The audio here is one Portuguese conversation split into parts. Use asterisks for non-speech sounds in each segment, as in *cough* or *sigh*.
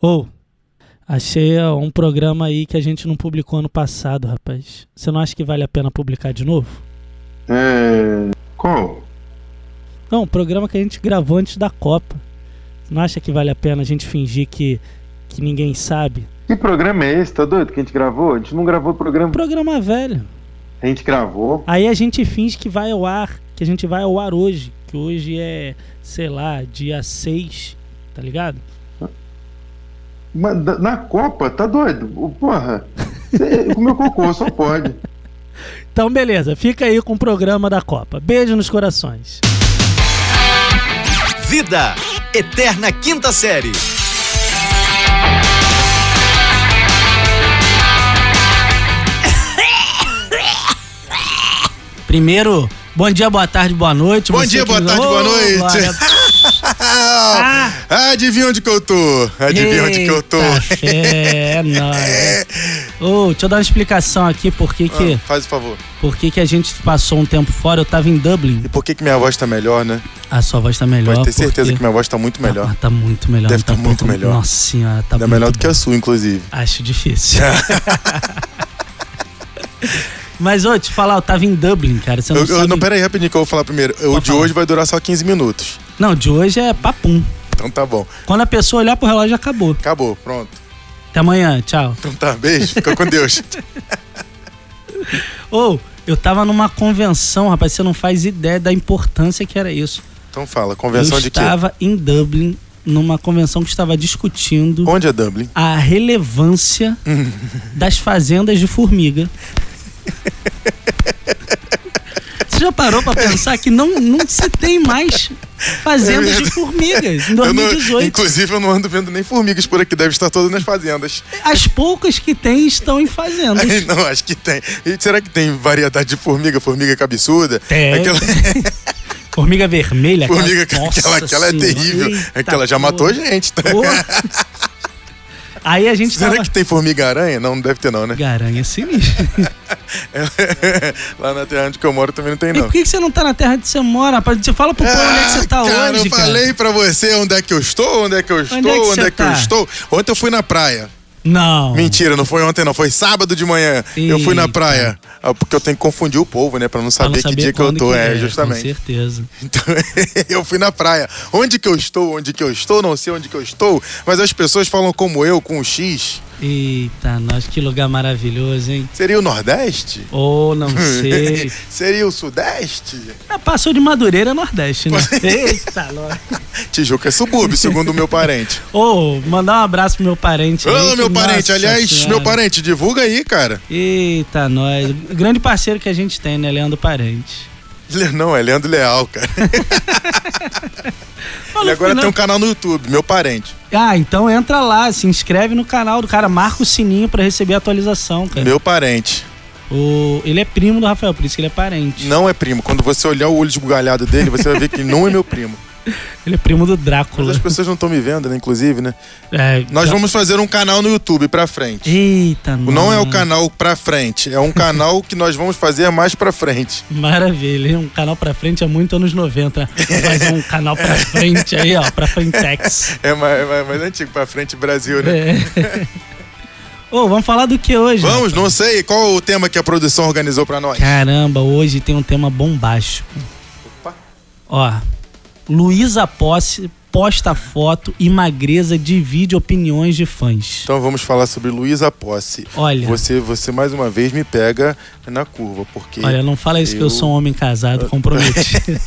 Ou, achei ó, um programa aí que a gente não publicou ano passado, rapaz. Você não acha que vale a pena publicar de novo? É. Qual? Não, um programa que a gente gravou antes da Copa. Você não acha que vale a pena a gente fingir que, que ninguém sabe? Que programa é esse? Tá doido que a gente gravou? A gente não gravou o programa. Um Programa velho. A gente gravou. Aí a gente finge que vai ao ar, que a gente vai ao ar hoje. Que hoje é, sei lá, dia 6, tá ligado? Mas da- na Copa, tá doido? Ô, Porra. *laughs* Cê comeu cocô, só pode. Então, beleza, fica aí com o programa da Copa. Beijo nos corações. Vida, Eterna Quinta Série. Primeiro, bom dia, boa tarde, boa noite. Bom Você dia, que boa nos- tarde, boa Ô, noite. *laughs* Glória. Ah, Adivinha onde que eu tô? Adivinha onde que eu tô? eita fé, É *laughs* nóis. Ô, deixa eu dar uma explicação aqui por que que, Ah, faz o favor. por que que a gente passou um tempo fora. Eu tava em Dublin. E por que que minha voz tá melhor, né? A sua voz tá melhor. Pode ter certeza porque- que minha voz tá muito melhor. Ah, tá muito melhor. Deve não tá tá muito pouco- melhor. Nossa senhora, tá Ainda muito melhor do que bom. a sua, inclusive. Acho *laughs* difícil. *laughs* Mas, ô, te falar, eu tava em Dublin, cara. Você não Eu, eu, Então, sabe- não, pera aí, rapidinho que eu vou falar primeiro. O Pode de falar. hoje vai durar só 15 minutos. Não, de hoje é papum. Então tá bom. Quando a pessoa olhar pro relógio, acabou. Acabou, pronto. Até amanhã, tchau. Então tá, beijo. Fica *laughs* com Deus. Ou, eu tava numa convenção, rapaz, você não faz ideia da importância que era isso. Então fala, convenção eu de quê? estava em Dublin, numa convenção que estava discutindo Onde é Dublin? a *laughs* relevância das fazendas de formiga. Você já parou pra pensar que não, não se tem mais fazendas de formigas em Eu não- 2018? inclusive, eu não ando vendo nem formigas por aqui, deve estar todas *laughs* nas fazendas. As poucas que tem estão em fazendas. *laughs* Ai, não, acho que tem. E será que tem variedade de formiga? Formiga cabeçuda? Tem. Aquela Formiga vermelha, É aquela- formiga, aquela, Nossa aquela, é Senhora, terrível. eita aquela já porra. matou gente, tá? Porra. Aí a gente Será tava... que tem formiga-aranha? Não, não deve ter não, né? Garanha sinistra. *laughs* Lá na terra onde que eu moro também não tem E *laughs* não. por que que você não tá na terra onde você mora, rapaz? Você fala pro povo onde é que você tá Ah, cara, hoje, eu falei pra você onde é que eu estou, onde é que eu estou, é que você onde é que eu tá? estou. Ontem eu fui na praia. Não. Mentira, não foi ontem, não. Foi sábado de manhã. Eu fui na Eita. praia. Ah, Porque eu tenho que confundir o povo, né? Pra não Pra saber, não saber que dia que eu quando tô. é, Com justamente. certeza. Então, *laughs* eu fui na praia. Onde que eu estou, onde que eu estou, não sei onde que eu estou. Mas as pessoas falam como eu, com o X. Eita, nós, que lugar maravilhoso, hein? Seria o Nordeste? Ou *laughs* não sei. Seria o Sudeste? Ah, Passou de Madureira Nordeste, *laughs* né? Eita, lógico. Tijuca é subúrbio, segundo o meu *laughs* parente. Ô, mandar um abraço pro meu parente. Ô, aí, que- meu parente, Nossa aliás, Senhora. meu parente, divulga aí, cara. Eita, nós. Grande parceiro que a gente tem, né, Leandro Parente? Le- Não, é Leandro Leal, cara. Mas Ele no agora final- tem um canal no YouTube, meu parente. Ah, então entra lá, se inscreve no canal do cara, marca o sininho pra receber a atualização, cara. Meu parente. O... Ele é primo do Rafael, por isso que ele é parente. Não é primo. Quando você olhar o olho esbugalhado dele, você vai ver que não é *laughs* meu primo. Ele é primo do Mas Drácula. as pessoas não estão me vendo, né? Inclusive, né? É, Nós já- vamos fazer um canal no YouTube pra frente. Eita, O Não é o canal pra frente, é um canal que nós vamos fazer mais pra frente. Maravilha, hein? um canal pra frente é muito anos 90. né? Fazer um canal *laughs* pra frente aí, ó, pra Frentex. É mais, é mais- mais antigo, pra frente Brasil, né? *laughs* É. Ô, vamos falar do que hoje? Vamos, não sei qual o tema que a produção organizou pra nós. Caramba, hoje tem um tema bombástico. Opa. Ó, Luísa Posse posta foto e magreza divide opiniões de fãs. Então vamos falar sobre Luísa Posse. Olha. Você, você mais uma vez me pega na curva, porque. Olha, não fala isso que eu eu- sou um homem casado *laughs* comprometido.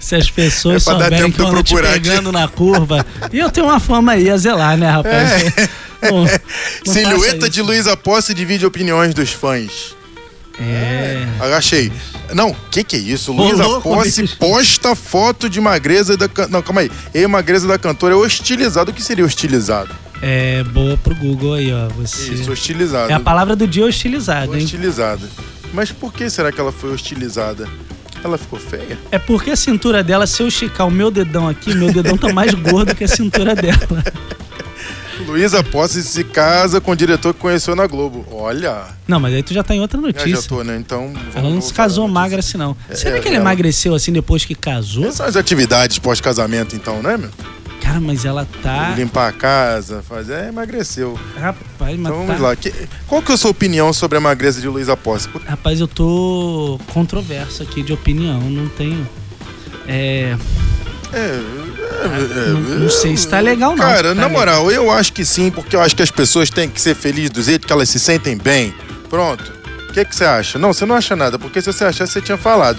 Se as pessoas É pra dar souberem tempo que eu de ando te procurar aqui. pegando na curva... E eu tenho uma fama aí a zelar, né, rapaz? É. *laughs* Não- não faça Silhueta isso. de Luísa Posse divide opiniões dos fãs. É. Ah, Achei. Não, que que é isso? Ô, Luísa louco, Posse bicho. posta foto de magreza da can... Não, calma aí. E magreza da cantora é hostilizado. O que seria hostilizado? É boa pro Google aí, ó. Você... Isso, hostilizado. É a palavra do dia hostilizado, hein? Hostilizada. Mas por que será que ela foi hostilizada? Ela ficou feia? É porque a cintura dela, se eu esticar o meu dedão aqui, meu dedão tá mais gordo que a cintura dela. Luísa Posse se casa com o diretor que conheceu na Globo. Olha. Não, mas aí tu já tá em outra Ah, Já notícia. tô, né? Então. vamos- Ela não vamos se falar casou da notícia. É, magra assim, não. Será que ele ela- emagreceu assim depois que casou? Essas são as atividades pós-casamento, então, né, meu? Cara, mas ela tá. Limpar a casa, fazer. É, emagreceu. Rapaz, mas Então tá... vamos lá. Que- qual que é a sua opinião sobre a magreza de Luísa Posse? Puta, Rapaz, eu tô controverso aqui de opinião, não tenho. É. É, é, é, Não, não sei se tá legal, não. Cara, Tá na legal. moral, eu acho que sim, porque eu acho que as pessoas têm que ser felizes do jeito que elas se sentem bem. Pronto. O que, que você acha? Não, você não acha nada, porque se você achasse, você tinha falado.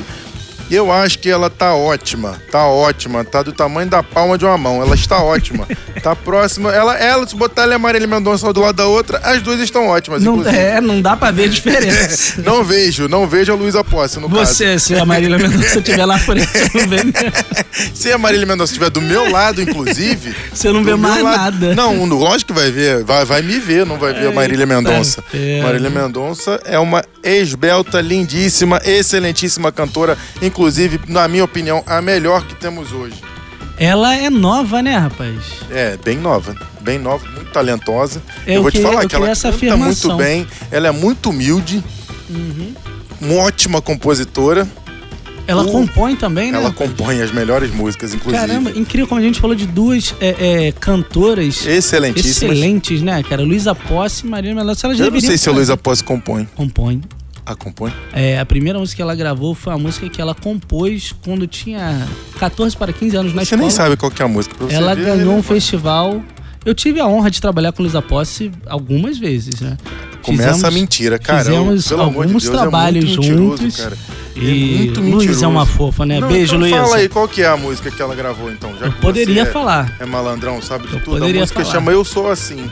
Eu acho que ela tá ótima, tá ótima, tá do tamanho da palma de uma mão. Ela *laughs* está ótima, tá próxima. Ela, ela se botar ela e a Marília Mendonça do lado da outra, as duas estão ótimas, Não, inclusive. é, não dá *laughs* pra ver a diferença. Não vejo, não vejo a Luísa Posse, no caso. Você, se a Marília Mendonça estiver lá na *laughs* frente, você não vê, né? mesmo. Se a Marília Mendonça estiver do meu lado, inclusive. *laughs* Você não do vê meu mais lado- nada. É, tá Não, no- lógico que vai ver. Vai, vai me ver, não vai ver a Marília Eita, Mendonça. pera. Marília Mendonça é uma esbelta, lindíssima, excelentíssima cantora. Inclusive, na minha opinião, a melhor que temos hoje. Ela é nova, né, rapaz? É, bem nova. Bem nova, muito talentosa. É, eu eu vou te queria- falar eu que ela queria essa canta muito afirmação. Uhum. bem. Ela é muito humilde. Uma ótima compositora. Ela Uh, compõe também, né? Ela rapaz? compõe as melhores músicas, inclusive. Caramba, incrível como a gente falou de duas é, é, cantoras Excelentíssimas. excelentes, né, cara? Luísa Posse e Marília Mendonça. Elas Eu não deveriam sei se a fazer- Luísa Posse compõe. compõe. Ah, compõe? É, a primeira música que ela gravou foi a música que ela compôs quando tinha 14 para 15 anos na Você escola. nem sabe qual que é a música. Pra você Ela ver, ganhou um né? festival. Eu tive a honra de trabalhar com Luísa Posse algumas vezes, né? Começa Fizemos- a mentira, cara. fizemos Pelo amor de alguns Deus, trabalhos é muito mentiroso, juntos. cara. E Luísa é uma fofa, né? Não, Beijo, então Fala Luísa. aí, qual que é a música que ela gravou, então? Já Eu que você poderia é- falar. É malandrão, sabe de Eu tudo. A poderia música falar. chama Eu Sou Assim.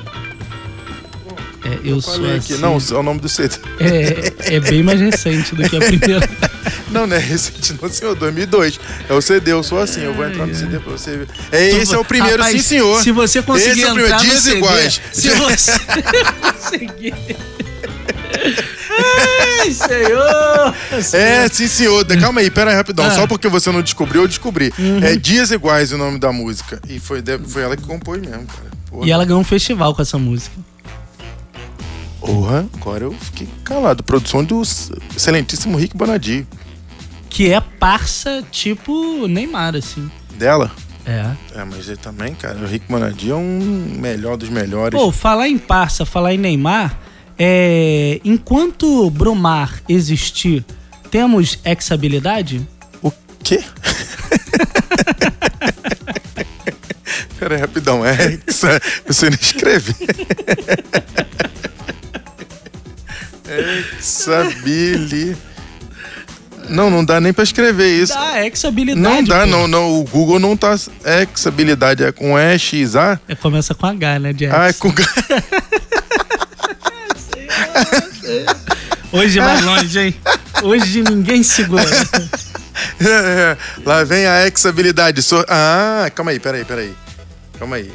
É, eu, sou Falei assim. aqui. Não, é o nome do CD. É, é bem mais recente do que a primeira. *laughs* Não, né? Recente *laughs* não, senhor. 2002. É o CD, Eu Sou Assim. Eu vou entrar no CD pra você ver. É, *laughs* esse é o primeiro, Rapaz, sim, senhor. Se você conseguir Esse é o primeiro, entrar no dias CD, iguais. se você *laughs* conseguir... Ai, senhor! É, sim, senhor. Da- Calma aí, pera aí, rapidão. Ah. Uhum. Só porque você não descobriu, eu descobri. É Dias Iguais o nome da música. E foi, de- foi ela que compôs mesmo, cara. Porra. E ela ganhou um festival com essa música. Porra, agora eu fiquei calado. Produção do s- excelentíssimo Rick Bonadio. Que é parça, tipo Neymar, assim. Dela? É. É, mas ele também, cara. O Rick Bonadio é um melhor dos melhores. Pô, falar em parça, falar em Neymar, é... enquanto Brumar existir, temos ex-habilidade? O quê? *laughs* Pera aí, rapidão. É, isso é- você não escreve. *laughs* É Exabili. Não, não dá nem pra escrever isso. Dá, ex-habilidade. não dá, pô. não, não. O Google não tá. Exabilidade é com E, X, A. É, Começa com H, né, de ex. Ah, é com. Hoje é *laughs* mais longe, hein? Hoje ninguém segura. É, é. *laughs* Lá vem a exabilidade. So- Ah, calma aí, peraí, peraí. Calma aí.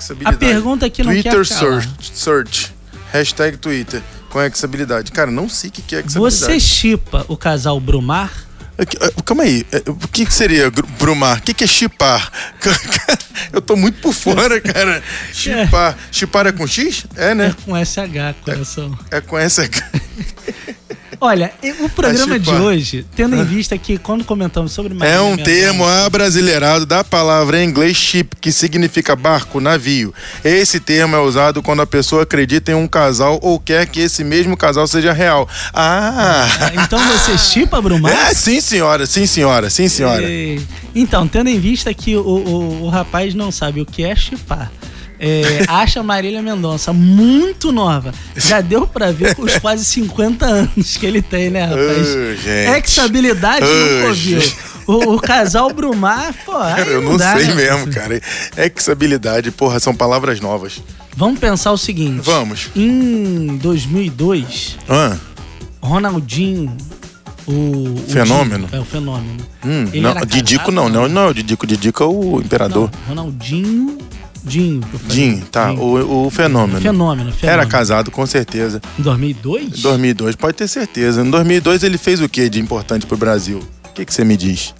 Exabilidade. A pergunta que não Twitter quer calar. search, search. Hashtag Twitter. Com exabilidade. Cara, não sei o que que é Você exabilidade. chipa o casal Brumar? É que- é, Calma aí. é, O que que seria gru- brumar? O que que é chipar? *laughs* Eu tô muito por *laughs* fora, cara. Chipar. Chipar é com X? É, É né? com SH, coração. É com essa. Olha, e o programa É de chipar. hoje, tendo em vista que quando comentamos sobre É Marília um Mendonça- termo abrasileirado da palavra em inglês ship, que significa barco, navio. Esse termo é usado quando a pessoa acredita em um casal ou quer que esse mesmo casal seja real. Ah! Então você chipa Brumar? É, sim, senhora, sim, senhora, sim, senhora. Ei. Então, tendo em vista que o, o, o rapaz não sabe o que é chipar, *laughs* é, acha Marília Mendonça muito nova. Já deu pra ver com os quase 50 anos que ele tem, né, rapaz? Ô, gente. Ex-habilidade nunca Ô, ouviu. gente. O, o casal Brumar, *laughs* pô, aí Cara, eu não não dá, sei né? mesmo, cara. É Exabilidade, porra, são palavras novas. Vamos pensar o seguinte. Vamos. Em 2002, Ah, Ronaldinho, o... o Fenômeno. Dico- é, o Fenômeno. hum, Ele não, era Didico casado, não, não, não é o Didico, Didico é o imperador. Não, Ronaldinho. Dinho. que eu falei. Jim, tá, Dinho. o, o fenômeno. Fenômeno, fenômeno. Era casado, com certeza. Em 2002? Em 2002, pode ter certeza. Em 2002 ele fez o que de importante pro Brasil? O que que você me diz?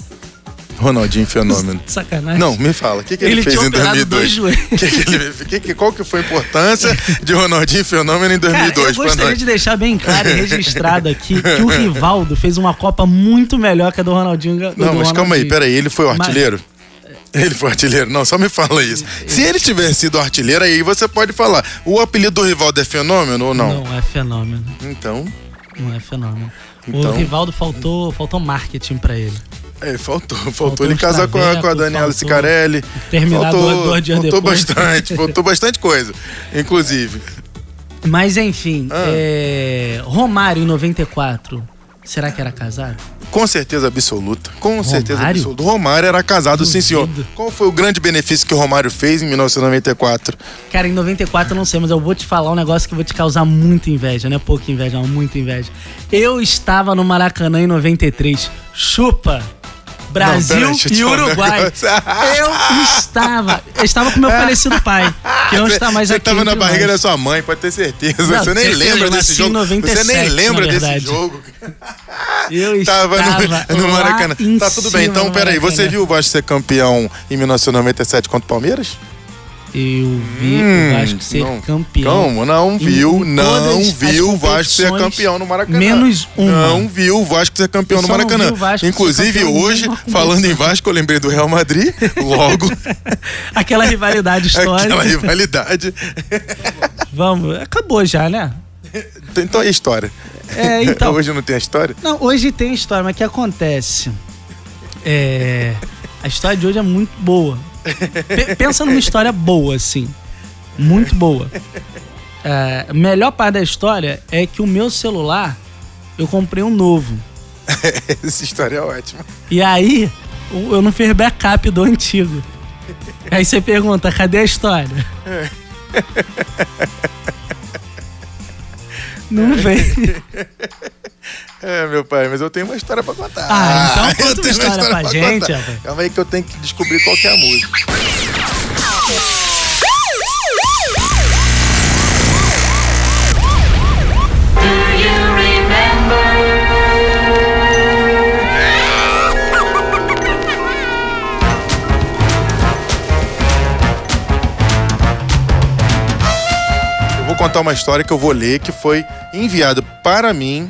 Ronaldinho *laughs* Fenômeno. Sacanagem. Não, me fala, o que, que ele, Ele fez tinha em operado 2002? dois joelhos. *laughs* Que que ele- que que- qual que foi a importância de Ronaldinho Fenômeno em Cara, 2002 eu pra gostaria nós? de deixar bem claro e registrado aqui que o Rivaldo fez uma Copa muito melhor que a do Ronaldinho. É. Não, mas calma aí, peraí, ele foi o artilheiro? Ele foi artilheiro? Não, só me fala isso. Se ele tiver sido artilheiro, aí você pode falar. O apelido do Rivaldo é fenômeno ou não? Não é fenômeno. Então, Não é fenômeno. Então- O Rivaldo faltou, faltou marketing pra ele. é, faltou. Faltou, Faltou ele uns casar com a, com a travecos, Daniela faltou Sicarelli. terminar faltou, dois- dois dias faltou depois. bastante, faltou *laughs* bastante coisa, inclusive. Mas enfim, Ah. é, Romário em 94. Será que era casado? Com certeza absoluta. Com certeza Romário? absoluta. Romário era casado, sim, senhor. Duvido. Qual foi o grande benefício que o Romário fez em 1994? Cara, em 94 eu não sei, mas eu vou te falar um negócio que vou te causar muita inveja. Não é pouca inveja, é muita inveja. Eu estava no Maracanã em 93. Chupa! Brasil peraí, deixa eu te e falar um Uruguai. negócio. eu estava. Eu estava com meu falecido pai, que não está mais Você aqui. tava na entre nós. barriga da sua mãe, pode ter certeza. Não, você nem certeza, lembra eu nasci desse em jogo. você 97, nem lembra na desse verdade. jogo. Eu Tava estava *laughs* no, no lá Maracanã. em Tá tudo bem. cima Então, no peraí, você Maracanã. viu o Vasco ser campeão em 1997 contra o Palmeiras? Eu vi o Vasco ser Hum, não. campeão. Calma, não viu, Em não todas as viu o Vasco ser competições, campeão no Maracanã. menos uma. Não viu o Vasco ser campeão Eu no só não vi Maracanã. o Vasco ser Inclusive, campeão em hoje, nenhuma competição. falando em Vasco, eu lembrei do *laughs* Real Madrid, logo, Aquela rivalidade histórica. *laughs* aquela rivalidade. Vamos, acabou já, né? Então é história. É, então. *laughs* Hoje não tem a história? Não, hoje tem história, mas o que acontece? É. A história de hoje é muito boa. Pe- pensa numa história boa, assim. Muito boa. É, a melhor parte da história é que o meu celular, eu comprei um novo. Essa história é ótima. E aí, o- eu não fiz backup do antigo. Aí você pergunta, cadê a história? Não vem. É, meu pai, mas eu tenho uma história pra contar. Ah, então conta *laughs* uma eu tenho história pra gente, contar. rapaz. Calma aí que eu tenho que descobrir qual que é a música. Eu vou contar uma história que eu vou ler que foi enviada para mim,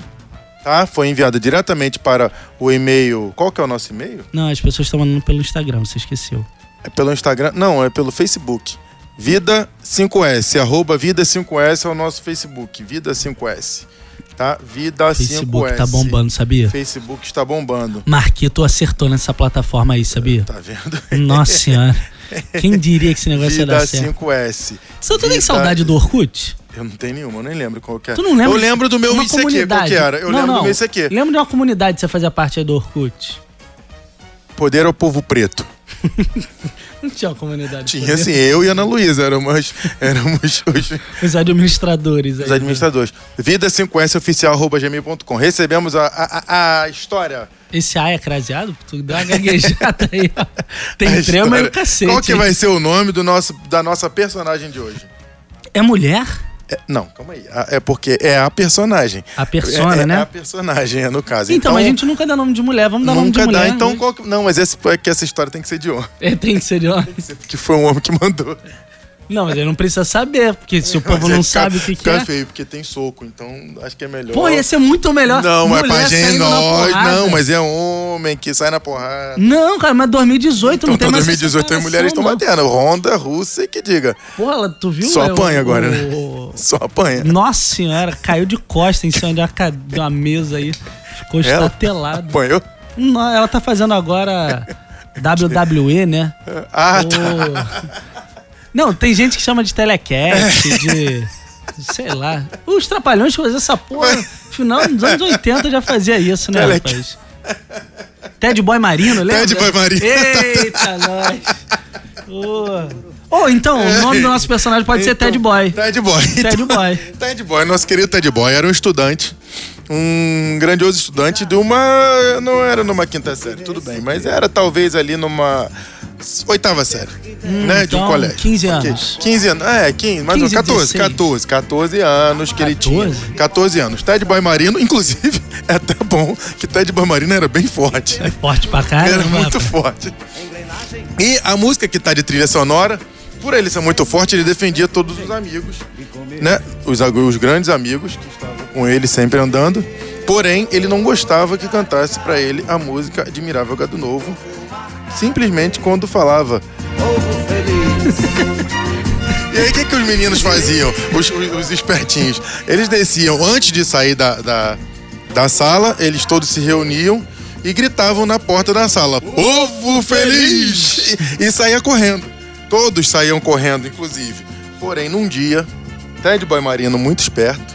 tá? Foi enviada diretamente para o e-mail. Qual que é o nosso e-mail? Não, as pessoas estão mandando pelo Instagram, você esqueceu. É pelo Instagram? Não, é pelo Facebook. Vida 5S, arroba Vida 5S é o nosso Facebook. Vida 5S. Tá? Vida Facebook 5S. tá bombando, sabia? Facebook está bombando. Marquito acertou nessa plataforma aí, sabia? Tá *laughs* vendo? Nossa *laughs* senhora. Quem diria que esse negócio ia Vida dar certo? 5S. Você tu tem Vida- saudade do Orkut? Eu não tenho nenhuma, eu nem lembro qual que é. Tu não lembra? Eu lembro do meu Uma ICQ, qual que comunidade. era? Eu Não, lembro não. do meu ICQ. Lembro de uma comunidade que você fazia parte aí do Orkut? Poder ao povo preto. Não tinha uma comunidade. Tinha assim, eu e Ana Luísa, éramos, *laughs* éramos os, Os administradores aí. os administradores. Vida 5S oficial, arroba gmail.com. Recebemos a, a, a- a história. Esse A é craseado? Tu deu uma gaguejada aí, *laughs* ó. a Tem trema e história. o cacete. Qual que hein? vai ser o nome do nosso, da nossa personagem de hoje? É mulher? É- não, calma aí. A- É porque é a personagem. A persona, É- é, né? É a personagem, é no caso. Então, mas a gente nunca dá nome de mulher. Vamos dar nome de nunca mulher. dá. Então, né? qual que- Não, mas esse, é que essa história tem que ser de homem. *laughs* É, tem que ser de homem. Que foi um homem que mandou. Não, mas ele não precisa saber, porque *laughs* se o povo Mas aí não fica- sabe o que, que Fica é... feio, porque tem soco, então acho que é melhor. Pô, ia ser muito melhor. Não, mas Mulher pra gente, saindo na nós, porrada. não, mas é homem que sai na porrada. Não, cara, mas 2018 não Então, tem tá mais 2018 as essa mulheres estão comparação, batendo. Honda, Russa e que diga. não. Pô, ela- tu viu? Só é, o- apanha agora, né? o- Só apanha. Nossa senhora, caiu de costa em cima de uma, cade- de uma mesa aí. Ficou Ela estatelado. Apanhou? Não, ela tá fazendo agora WWE, né? Ah, tá. O- Não, tem gente que chama de É. telecast, de. Sei lá. Os trapalhões que faziam essa porra. no Final dos anos 80 já fazia isso, né, Telec- rapaz? Ted Boy Marino, lembra? Ted Boy Marino. Eita, nós. Pô. Ou então, o nome do nosso personagem pode ser Ted Boy. Ted Boy. Então, Ted Boy. Ted Boy, nosso querido Ted Boy, era um estudante. Um grandioso estudante de uma. Não era numa quinta série, tudo bem, mas era talvez ali numa. Oitava série, né? de um então, colégio. 15 Ok. anos. 15 anos, é, 15, mais ou menos 15, 14, 16. 14, 14 anos que ele tinha. 14? 14 anos. Ted Boy Marino, *laughs* inclusive, é até bom que Ted Boy Marino era *laughs* bem forte. Forte pra caramba. Era é muito rapaz. forte. E a música que tá de trilha sonora, por ele ser muito forte, ele defendia todos os amigos, né? Os, agu- os grandes amigos que estavam com ele sempre andando. Porém, ele não gostava que cantasse pra ele a música Admirável Gado Novo, simplesmente quando falava. *laughs* E aí, o que, que os meninos faziam? Os, os- os espertinhos. Eles desciam antes de sair da, da, da sala, eles todos se reuniam e gritavam na porta da sala: Ovo feliz! E, e saía correndo. Todos saíam correndo, inclusive. Porém, num dia, Ted Boy Marino, muito esperto,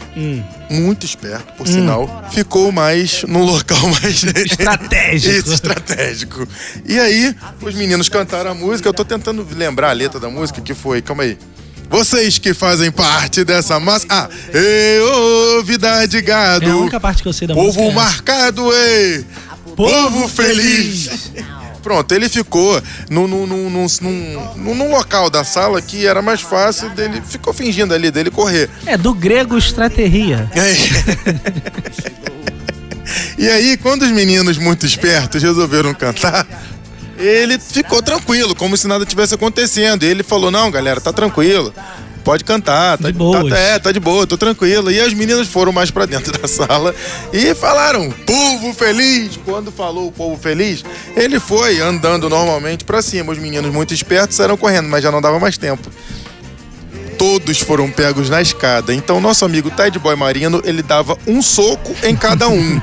muito esperto, por sinal, ficou mais num local *laughs* mais. Estratégico. Isso, estratégico. E aí, os meninos cantaram a música. Eu tô tentando lembrar a letra da música, que foi. Calma aí. Vocês que fazem parte dessa massa. Ah, ei, ô, vida de É a gado. única parte que eu sei da música. é Povo essa. marcado, ei! Povo feliz! Pronto, ele ficou num, num, num, num, num- num- num local da sala que era mais fácil dele. Ficou fingindo ali dele correr. É do grego estratégia. E aí, e aí, quando os meninos muito espertos resolveram cantar, ele ficou tranquilo, como se nada tivesse acontecendo. E ele falou: Não, galera, tá tranquilo. Pode cantar, tá De boas. Tá, é, tá de boa, tô tranquilo. E as meninas foram mais pra dentro *laughs* da sala e falaram: Povo feliz! Quando falou o povo feliz, ele foi andando normalmente pra cima. Os meninos muito espertos saíram correndo, mas já não dava mais tempo todos foram pegos na escada. Então, nosso amigo Ted Boy Marino, ele dava um soco em *laughs* cada um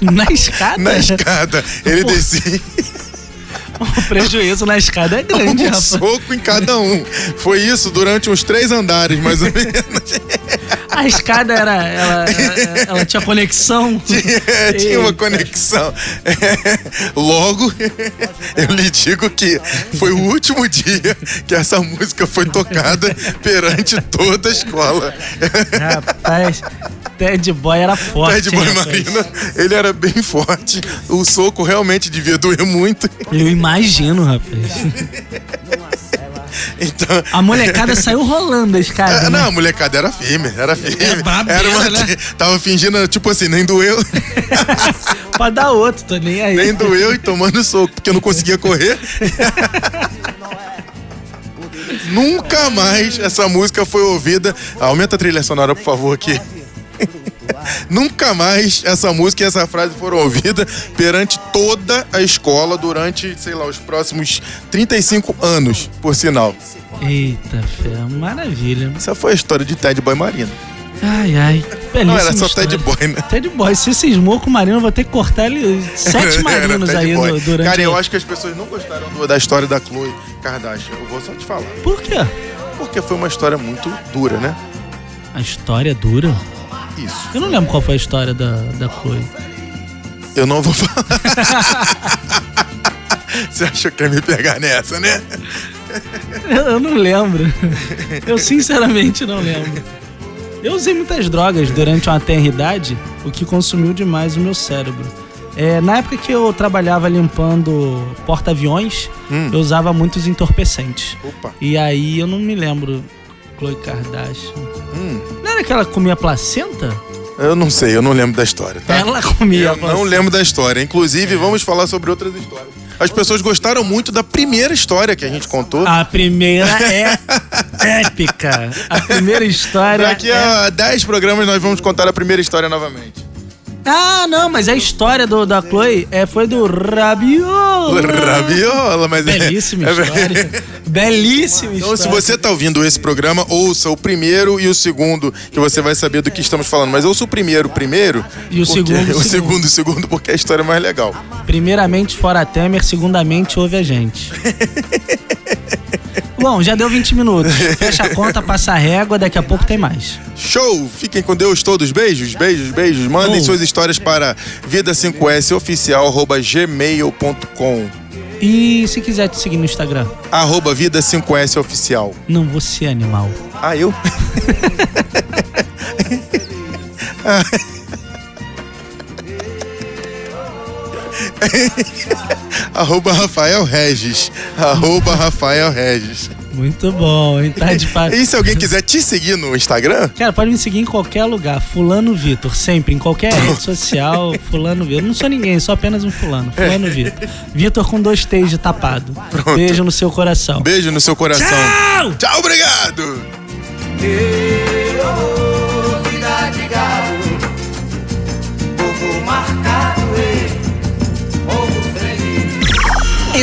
Na escada? na escada. Ele Pô, *laughs* descia O prejuízo na escada é grande, um rapaz. soco em cada um. Foi isso durante uns três andares, mais ou menos. *laughs* A escada era. Ela, ela- ela tinha conexão. É, tinha uma Eita. conexão. É, Logo, *laughs* eu lhe digo que foi o último dia que essa música foi tocada perante toda a escola. É, Rapaz, Ted Boy era forte. Ted Boy hein, rapaz? Marino, ele era bem forte. O soco realmente devia doer muito. Eu imagino, rapaz. Então. A molecada saiu rolando da escada. Ah, né? Não, a molecada era firme, era firme. É brabo era uma, mesmo, né? Tava fingindo, tipo assim, nem doeu, Pra dar outro, tô nem aí. nem doeu e tomando soco, porque eu não conseguia correr. Nunca mais essa música foi ouvida. Aumenta a trilha sonora, por favor, aqui. Nunca mais essa música e essa frase foram ouvidas perante toda a escola durante, sei lá, os próximos 35 anos, por sinal. Eita, fé, maravilha. Essa foi a história de Ted Boy Marino. Ai, ai. Não Belíssima era só história. Ted Boy, né? Ted Boy, se cismou com o Marino, eu vou ter que cortar ele sete marinos *laughs* Era Ted aí Boy. no- durante. Cara, eu acho que as pessoas não gostaram do- da história da Chloe Kardashian. Eu vou só te falar. Por quê? Porque foi uma história muito dura, né? A história é dura. Isso. Eu não lembro qual foi a história da, da Chloe. Eu não vou *laughs* falar. Você achou que ia me pegar nessa, né? Eu, eu não lembro. Eu sinceramente não lembro. Eu usei muitas drogas durante uma tenridade, o que consumiu demais o meu cérebro. É, na época que eu trabalhava limpando porta-aviões, Hum. eu usava muitos entorpecentes. Opa. E aí eu não me lembro, Chloe Kardashian. Hum, Não era que ela comia placenta? eu não sei, eu não lembro da história, tá? Ela É. comia Eu não lembro da história. Inclusive, vamos falar sobre outras histórias. As pessoas gostaram muito da primeira história que a gente contou. A primeira é épica. A primeira história. Daqui é... a 10 programas nós vamos contar a primeira história novamente. Ah, não, mas a história do, da Chloe é, foi do Rabiola. *laughs* Rabiola, mas é- Ah. Belíssima *laughs* é, história. Belíssima Então, história. se você tá ouvindo esse programa, ouça o primeiro e o segundo, que você vai saber do que estamos falando. Mas ouça o primeiro primeiro. E o porque- segundo, *laughs* O segundo. segundo, o segundo, porque a história é mais legal. Primeiramente, fora Temer, segundamente, ouve a *laughs* gente. Bom, já deu 20 minutos. Fecha a conta, passa a régua, daqui a pouco tem mais. Show! Fiquem com Deus todos. Beijos, beijos, beijos. Mandem Oh. suas histórias para vida5soficial.gmail.com E se quiser te seguir no Instagram? Arroba vida5soficial. Não, você é animal. Ah, eu? *laughs* Arroba Rafael Regis. Arroba Rafael Regis. Muito bom, hein? Tá *laughs* de par... E se alguém quiser te seguir no Instagram, Cara, pode me seguir em qualquer lugar. Fulano Vitor, sempre, em qualquer rede social. Fulano Vitor. Eu não sou ninguém, sou apenas um fulano. Fulano Vitor. Vitor com dois T's de tapado. Beijo no seu coração. beijo no seu coração. Tchau! Tchau, obrigado! vida de gado, povo marcado e povo feliz.